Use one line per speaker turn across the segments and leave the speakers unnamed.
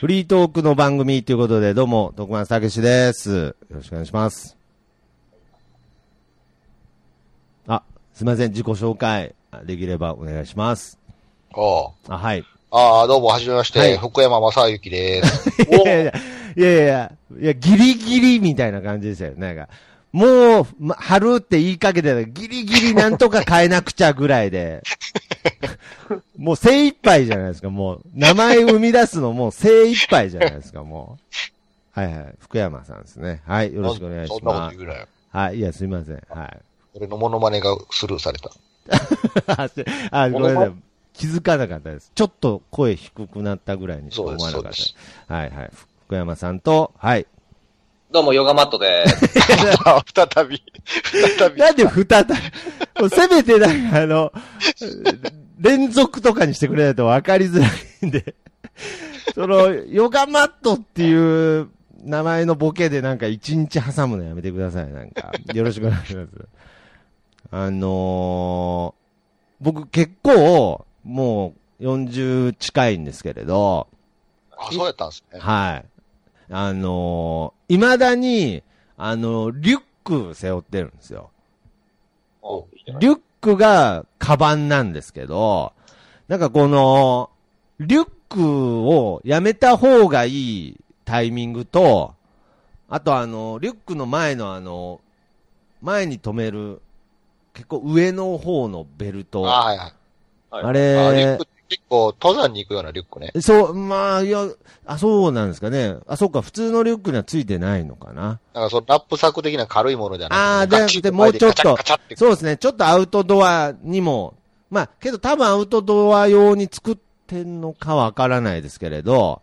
フリートークの番組ということで、どうも、徳松たけしです。よろしくお願いします。あ、すいません、自己紹介できればお願いします。
あ
あ、はい。
ああー、どうも、はじめまして、
はい
福山雅之です。
いやいやいやいや、いや、ギリギリみたいな感じでしたよ。なんか、もう、ま、春って言いかけてたらギリギリなんとか変えなくちゃぐらいで、 もう精一杯じゃないですか、もう。名前生み出すのもう精一杯じゃないですか、もう。はいはい。福山さんですね。はい。よろしくお願いし
そんなこ
ま
と
す。
言うなよ。
はい。いや、すいません。はい。
俺のモノマネがスルーされた。
あすあ、ごめんなさい。気づかなかったです。ちょっと声低くなったぐらいにしか思わなかったです
そ
はいはい。福山さんと、はい。
どうも、ヨガマッ トです。
再び、再び。
なんで再び、もうせめてなんかあの、連続とかにしてくれないと分かりづらいんで、その、ヨガマットっていう名前のボケでなんか一日挟むのやめてください、なんか。よろしくお願いします。あのー僕結構、もう40近いんですけれど、
あ、そうやったんですね。
はい。あのー、未だに、あのーリュック背負ってるんですよ。
お
リュックがカバンなんですけど、なんかこの、リュックをやめた方がいいタイミングと、あとあの、リュックの前のあの、前に止める、結構上の方のベルト。
あ
あ
ーはいはい。
れ
あーリュックって結構、登山に行くようなリュックね。
そう、まあ、いや、あ、そうなんですかね。あ、そうか、普通のリュックにはついてないのかな。
なんかそのラップ作的な軽いものじゃなくて。
あー
ガチッ
じゃなくてもうちょっと
ガチャガチャって
そうですね、ちょっとアウトドアにも、まあ、けど多分アウトドア用に作ってんのかわからないですけれど、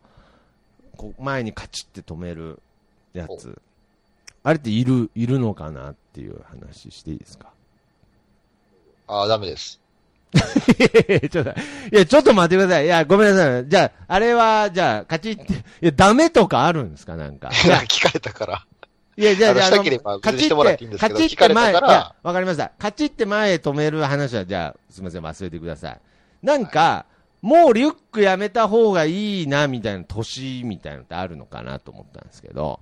こう前にカチッって止めるやつ。あれっている、いるのかなっていう話していいですか
ああ、ダメです。
ちょっと、いや、ちょっと待ってください。いや、ごめんなさい。じゃあ、あれは、じゃあ、カチッって、いや、ダメとかあるんですかなん か。いや
聞かれたから。
いや、じゃあ、じゃあ、
あのしたければ
カチ
別にしてもらっていいんですけど
カチって前、
聞かれたから
いやわかりました。カチって前へ止める話は、じゃあ、すみません、忘れてください。なんか、もうリュックやめた方がいいな、みたいな年みたいなのってあるのかなと思ったんですけど。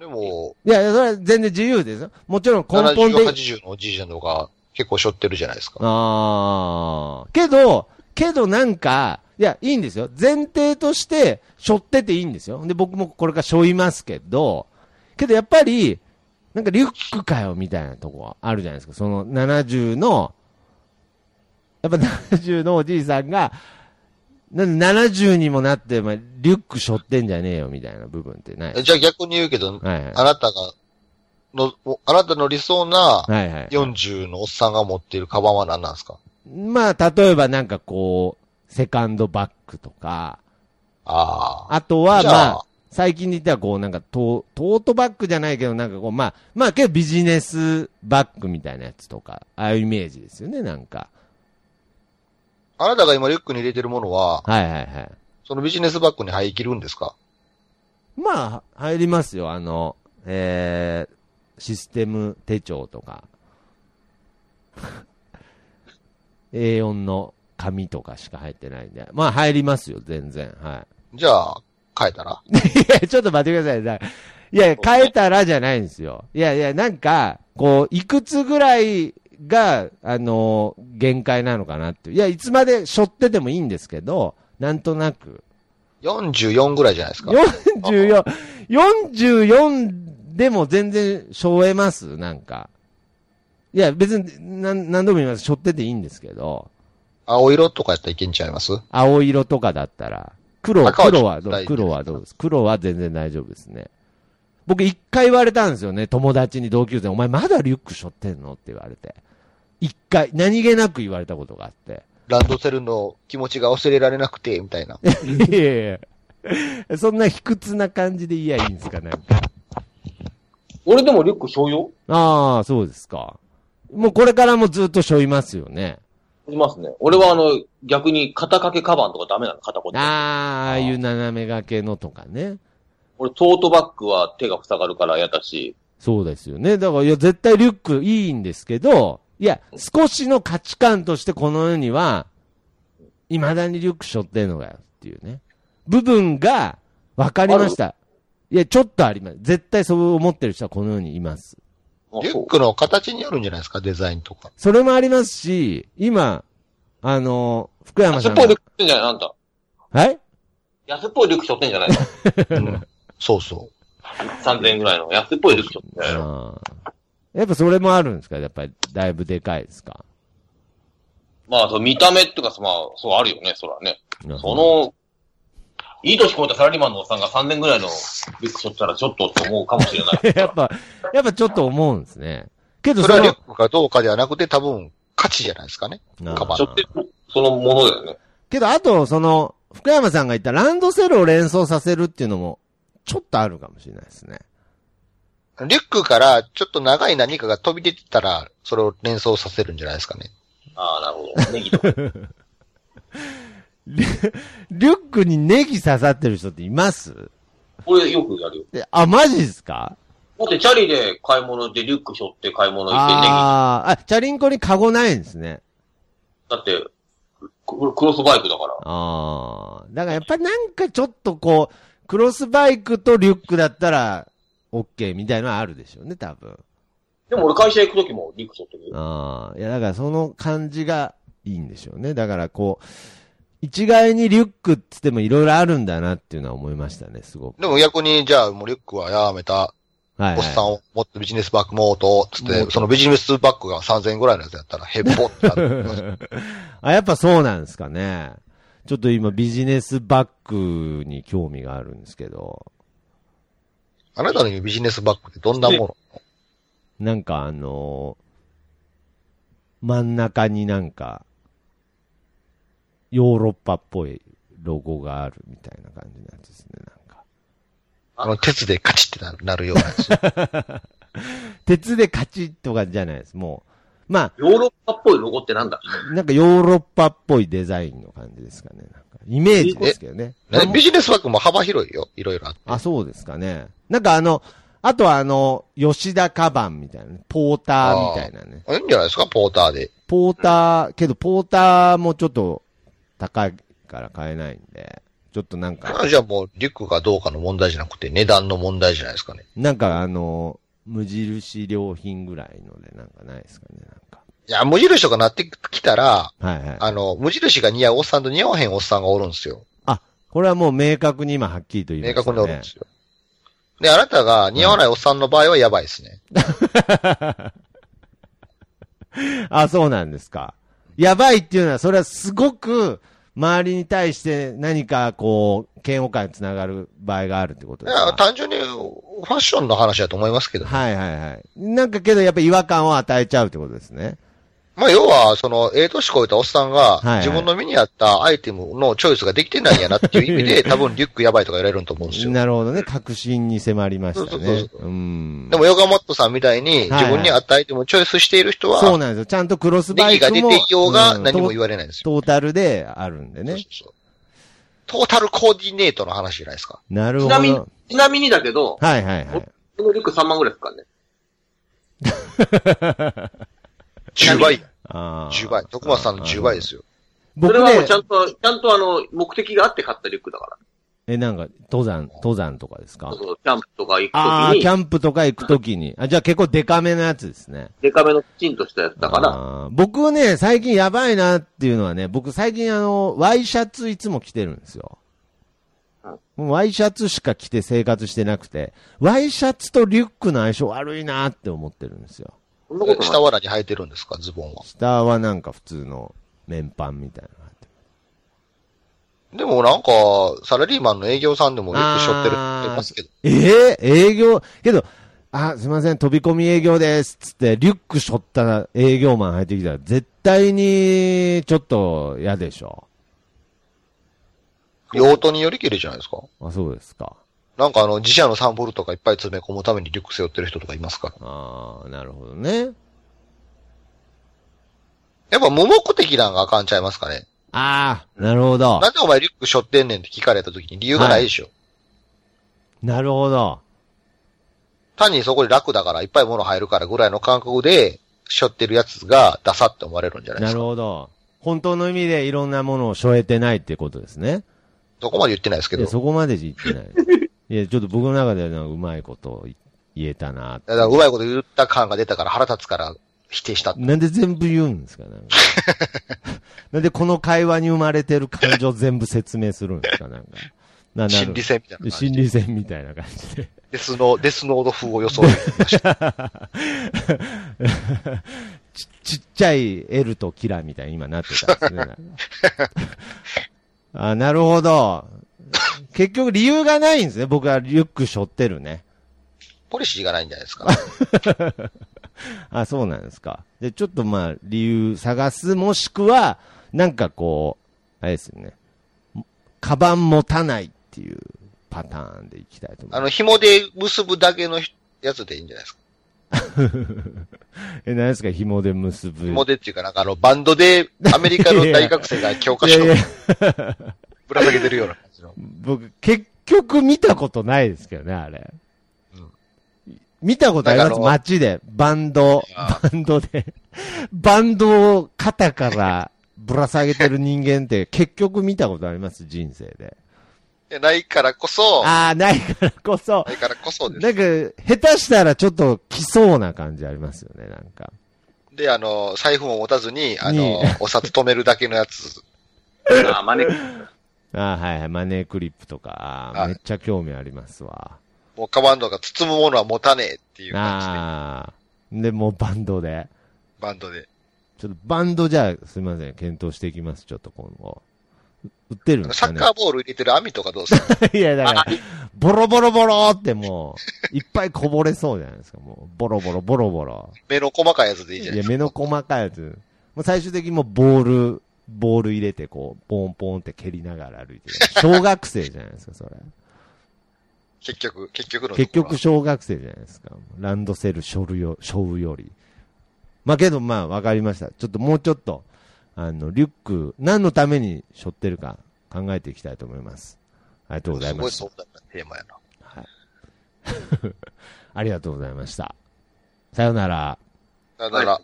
でも、
いや、それは全然自由ですよ。もちろん根本
70、
的。
80のおじいちゃんとか結構背負ってるじゃないですか。
ああ。けど、けどなんか、いや、いいんですよ。前提として、背負ってていいんですよ。で、僕もこれから背負いますけど、けどやっぱり、なんかリュックかよ、みたいなとこあるじゃないですか。その70の、やっぱ70のおじいさんが、なんで70にもなって、まあ、リュック背負ってんじゃねえよ、みたいな部分ってない。
じゃあ逆に言うけど、
はいはい
あなたが、の、おあなたの理想な
はいはい。
40のおっさんが持っているカバンは何なんですか
まあ、例えばなんかこう、セカンドバッグとか、
ああ。
あとは、
じゃ
ま
あ
あ、最近で言ったら、こう、なんかトー、トートバッグじゃないけど、なんかこう、まあ、まあ、けどビジネスバッグみたいなやつとか、ああいうイメージですよね、なんか。
あなたが今リュックに入れてるものは、
はいはいはい。
そのビジネスバッグに入りきるんですか
まあ、入りますよ、あの、えー、システム手帳とか。A4 の紙とかしか入ってないんで。まあ、入りますよ、全然。はい。
じゃあ、変えたら
いや、ちょっと待ってください。だいやいや、変えたらじゃないんですよ。いやいや、なんか、こう、いくつぐらいが、あのー限界なのかなっていう。いや、いつまで背負っててもいいんですけど、なんとなく。
44ぐらいじゃないですか
44、44でも全然背負えますなんか。いや、別に、なん、何度も言います。背負ってていいんですけど、
青色とかやったらいけんちゃいます
青色とかだったら、黒、
赤は
黒はど
ちょっ
う、
と
黒はどうです黒は全然大丈夫ですね。僕一回言われたんですよね。友達に同級生、お前まだリュック背負ってんのって言われて。一回、何気なく言われたことがあ って。
ランドセルの気持ちが忘れられなくて、みたいな。
いやいやいやそんな卑屈な感じで言いやいいんですか、なんか。
俺でもリュック表用
ああ、そうですか。もうこれからもずっと背負いますよね。
いますね。俺はあの、逆に肩掛けカバンとかダメなの、肩こって。
ああ、ああいう斜め掛けのとかね。
俺トートバッグは手が塞がるから嫌だし、
そうですよね。だから、いや、絶対リュックいいんですけど、いや、少しの価値観としてこの世には、未だにリュック背負ってんのかよっていうね。部分が、分かりました。いや、ちょっとあります。絶対そう思ってる人はこの世にいます。
あ
リュ
そう
ックの形によるんじゃないですか、デザインと か。
それもありますし、今、あの、福山
安
さ
っ
ん
ぽいリ
が
ュック、背負ってんじゃないあんた。
はい
安っぽいリュック背負ってんじゃないの
うん、そうそ
?3000 円ぐらいの。安っぽいリュック背負ってんじゃないの
あーやっぱそれもあるんですかやっぱり、だいぶでかいですか
まあ、そう、見た目っていうか、そうまあ、そうあるよね、そらね。そ
そ、
の、いい年超えたサラリーマンのおっさんが3000ぐらいのリュック背負ったらちょっとと思うかもしれ ない。
やっぱ、やっぱちょっと思うんですね。け
う。
ど
それはリュックかどうかではなくて、多分、価値じゃないですかね。
あー
カバン
背負ってる、そのものだよね。
けど、あと、その、福山さんが言ったランドセルを連想させるっていうのも、ちょっとあるかもしれないですね。
リュックからちょっと長い何かが飛び出てたら、それを連想させるんじゃないですかね。
ああ、なるほど。ネギとか。
リュックにネギ刺さってる人っています
これよくやるよ。
であ、マジですか
だってチャリで買い物でリュック背負って買い物行ってネギ
あーあ、チャリンコにカゴないんですね。
だって、これクロスバイクだから。
ああ。だからやっぱりなんかちょっとこう、クロスバイクとリュックだったら、OK みたいなのはあるでしょうね、多分。
でも俺会社行くときもリュック背負ってるよ。
ああ、いや、だからその感じがいいんでしょうね。だからこう、一概にリュックっつってもいろいろあるんだなっていうのは思いましたね、すごく。
でも逆に、じゃあもうリュックはやめた、
はい、
おっさん
は
をもっとビジネスバッグもっと、つっ、
もってと
そのビジネスバッグが3000円ぐらいのやつやったら、へっぽってなる。
い。あ、やっぱそうなんですかね。ちょっと今ビジネスバッグに興味があるんですけど、
あなたの言うビジネスバッグってどんなも
なんかあのー真ん中になんか、ヨーロッパっぽいロゴがあるみたいな感じのやつですね、なんか。
のあの、鉄でカチってなるなるような やつ。
鉄でカチッとかじゃないです、もう。まあ、
ヨーロッパっぽいロゴってなんだ
なんかヨーロッパっぽいデザインの感じですかね。なんかイメージですけどね。
ねビジネスバッグも幅広いよ。いろいろあって。
あ、そうですかね。なんかあの、あとはあの、吉田カバンみたいなね。ポーターみたいなね。
いいんじゃないですか、ポーターで。
ポーター、けどポーターもちょっと高いから買えないんで、ちょっとなんか、
じゃあもう、リュックかどうかの問題じゃなくて、値段の問題じゃないですかね。
なんかあの、無印良品ぐらいのでなんかないですかね。なんか。
いや、無印とかなってきたら、
はいはい。
あの、無印が似合うおっさんと似合わへんおっさんがおるんですよ。
これはもう明確に今はっきりと言いま
明
したね。
確におるんですよ。で、あなたが似合わないおっさんの場合はやばいですね。
あ、そうなんですか。やばいっていうのは、それはすごく、周りに対して何かこう、嫌悪感につながる場合があるってこと
い
です
や、
か
単純にファッションの話だと思いますけど。
はいはいはい。なんかけどやっぱ違和感を与えちゃうってことですね。
まあ、要は、その、ええ年超えたおっさんが
いはい、
自分の身に合ったアイテムのチョイスができてないんやなっていう 意味で、多分リュックやばいとか言われると思うんですよ。
なるほどね。確信に迫りました
そう
ね
そう。そう
うん
で。も、ヨガモットさんみたいに、
いはい
自分に合ったアイテムをチョイスしている人は、
そうなんですよ。ちゃんとクロスバイ
ネギが
ク
出
も。
ていようが
ん
何も言
ト
われないんですよ。
トータルであるんでね
そう。そうそうトータルコーディネートの話じゃないですか。
なる
ち
ほ
なみに
ど。、
ちなみにだけど、
はいはいはい。
このリュック3万ぐらいですからね。
10倍、
あー
10倍。徳松さんの10倍で。すよ。
そ
僕
れはもう
ね
ち、ゃんと、ちゃんとあの、目的があって買ったリュックだか。
え、なんか、登山、登山とかですから
そうそう、キャンプとか行
ああ、
くとき
キ
に、
ャンプとか行くときに。あ、じゃあ結構デカめなやつですね。
デカめのきちんとしたやつだから、
あー僕ね、最近やばいなっていうのはね、僕最近あの、ワイシャツいつも着てるんですよ。もうワイシャツしか着て生活してなくて、ワイシャツとリュックの相性悪いなって思ってるんですよ。
そんなこと
下
ない。
わらに履いてるんですか、ズボンは。
下はなんか普通の綿パンみたいなの入ってる。
でもなんか、サラリーマンの営業さんでもよく背負ってるって言いますけど。
ええ営業、けど、あ、すいません、飛び込み営業です。つって、リュック背負った営業マン入ってきたら、絶対に、ちょっと嫌でしょ。
用途によりきれじゃないですか。
あ、そうですか。
なんかあの、自社のサンボルとかいっぱい詰め込むためにリュック背負ってる人とかいますから。
ああ、なるほどね。
やっぱ無目的なんがあかんちゃいますかね。
ああ、なるほど。
なんでお前リュック背負ってんねんって聞かれた時に理由がないでしょ。
なるほど。
単にそこで楽だから、いっぱい物入るからぐらいの感覚で、背負ってるやつがダサって思われるんじゃないで
な
す
る
か。
ほど。本当の意味でいろんなものを背負えてないってことですね。
そこまで言ってないですけ
い
ど。
や、
いや
そこまで言ってない。いや、ちょっと僕の中ではなんかうまいこと言えたなって
だからうまいこと言った感が出たから腹立つから否定したって。
なんで全部言うんです かなんかなんでこの会話に生まれてる感情全部説明するんですか なんか。ななる
心理戦みたいな感
心
じ。
理戦みたいな感じで。
デスノー、デスノード風を装う。
ちちっちゃい L とキラみたいに今なってたんですね。なんか あなるほど。結局理由がないんですね。僕はリュック背負ってるね。
ポリシーがないんじゃないですか。
あ、そうなんですか。で、ちょっとまあ、理由探す、もしくは、なんかこう、あれですよね。カバン持たないっていうパターンでいきたいと思
あ
いま
の、
す。
紐で結ぶだけのやつでいいんじゃないですか。
え、何ですか紐で結ぶ。
紐でっていうか、なんかあの、バンドでアメリカの大学生が教科
いや
書
い
を
や、
ぶら下げてるような感じの。
僕、結局見たことないですけどね、あれ。見たことありま
だ
す
から
街で。バンド、
あ
バンドで。バンドを肩からぶら下げてる人間って結局見たことあります、人生で。
いやないからこそ、な
ああ、ないからこそ。
いからこそです。
なんか、下手したらちょっと来そうな感じありますよね、なんか。
で、あの、財布も持たずに、あ
に
の、お札止めるだけのやつ。
あ、まね。
あーはいはい、マネークリップとか、あー
はい
めっちゃ興味ありますわ。
もうカバンとか包むものは持たねえっていう感
ああ。で、もうバンドで。
じで、バンドで。
ちょっとバンドじゃあ、すみません、検討していきます、ちょっと今後。う売ってるんです
サ
か
ッ
ね
カーボール入れてる網とかどうする
いや、だから、ボロボロボロってもう、いっぱいこぼれそうじゃないですか、もう。ボロボロボロボロ。
目の細かいやつでいい
い
じゃな
や、
いですか。
目の細かいやつ。もう最終的にもうボール、ボール入れてこう、ポンポンって蹴りながら歩いてる。小学生じゃないです か、それ。
結局、結局のところ
結
は
局小学生じゃないですか。ランドセルしょるよ、しょうより。まあけどまあわかりました。ちょっともうちょっと、あの、リュック、何のためにしょってるか考えていきたいと思います。ありがとうござい
す
ま
ごい
した
壮。大なテーマやな。
ありがとうございました。さよなら。
だから、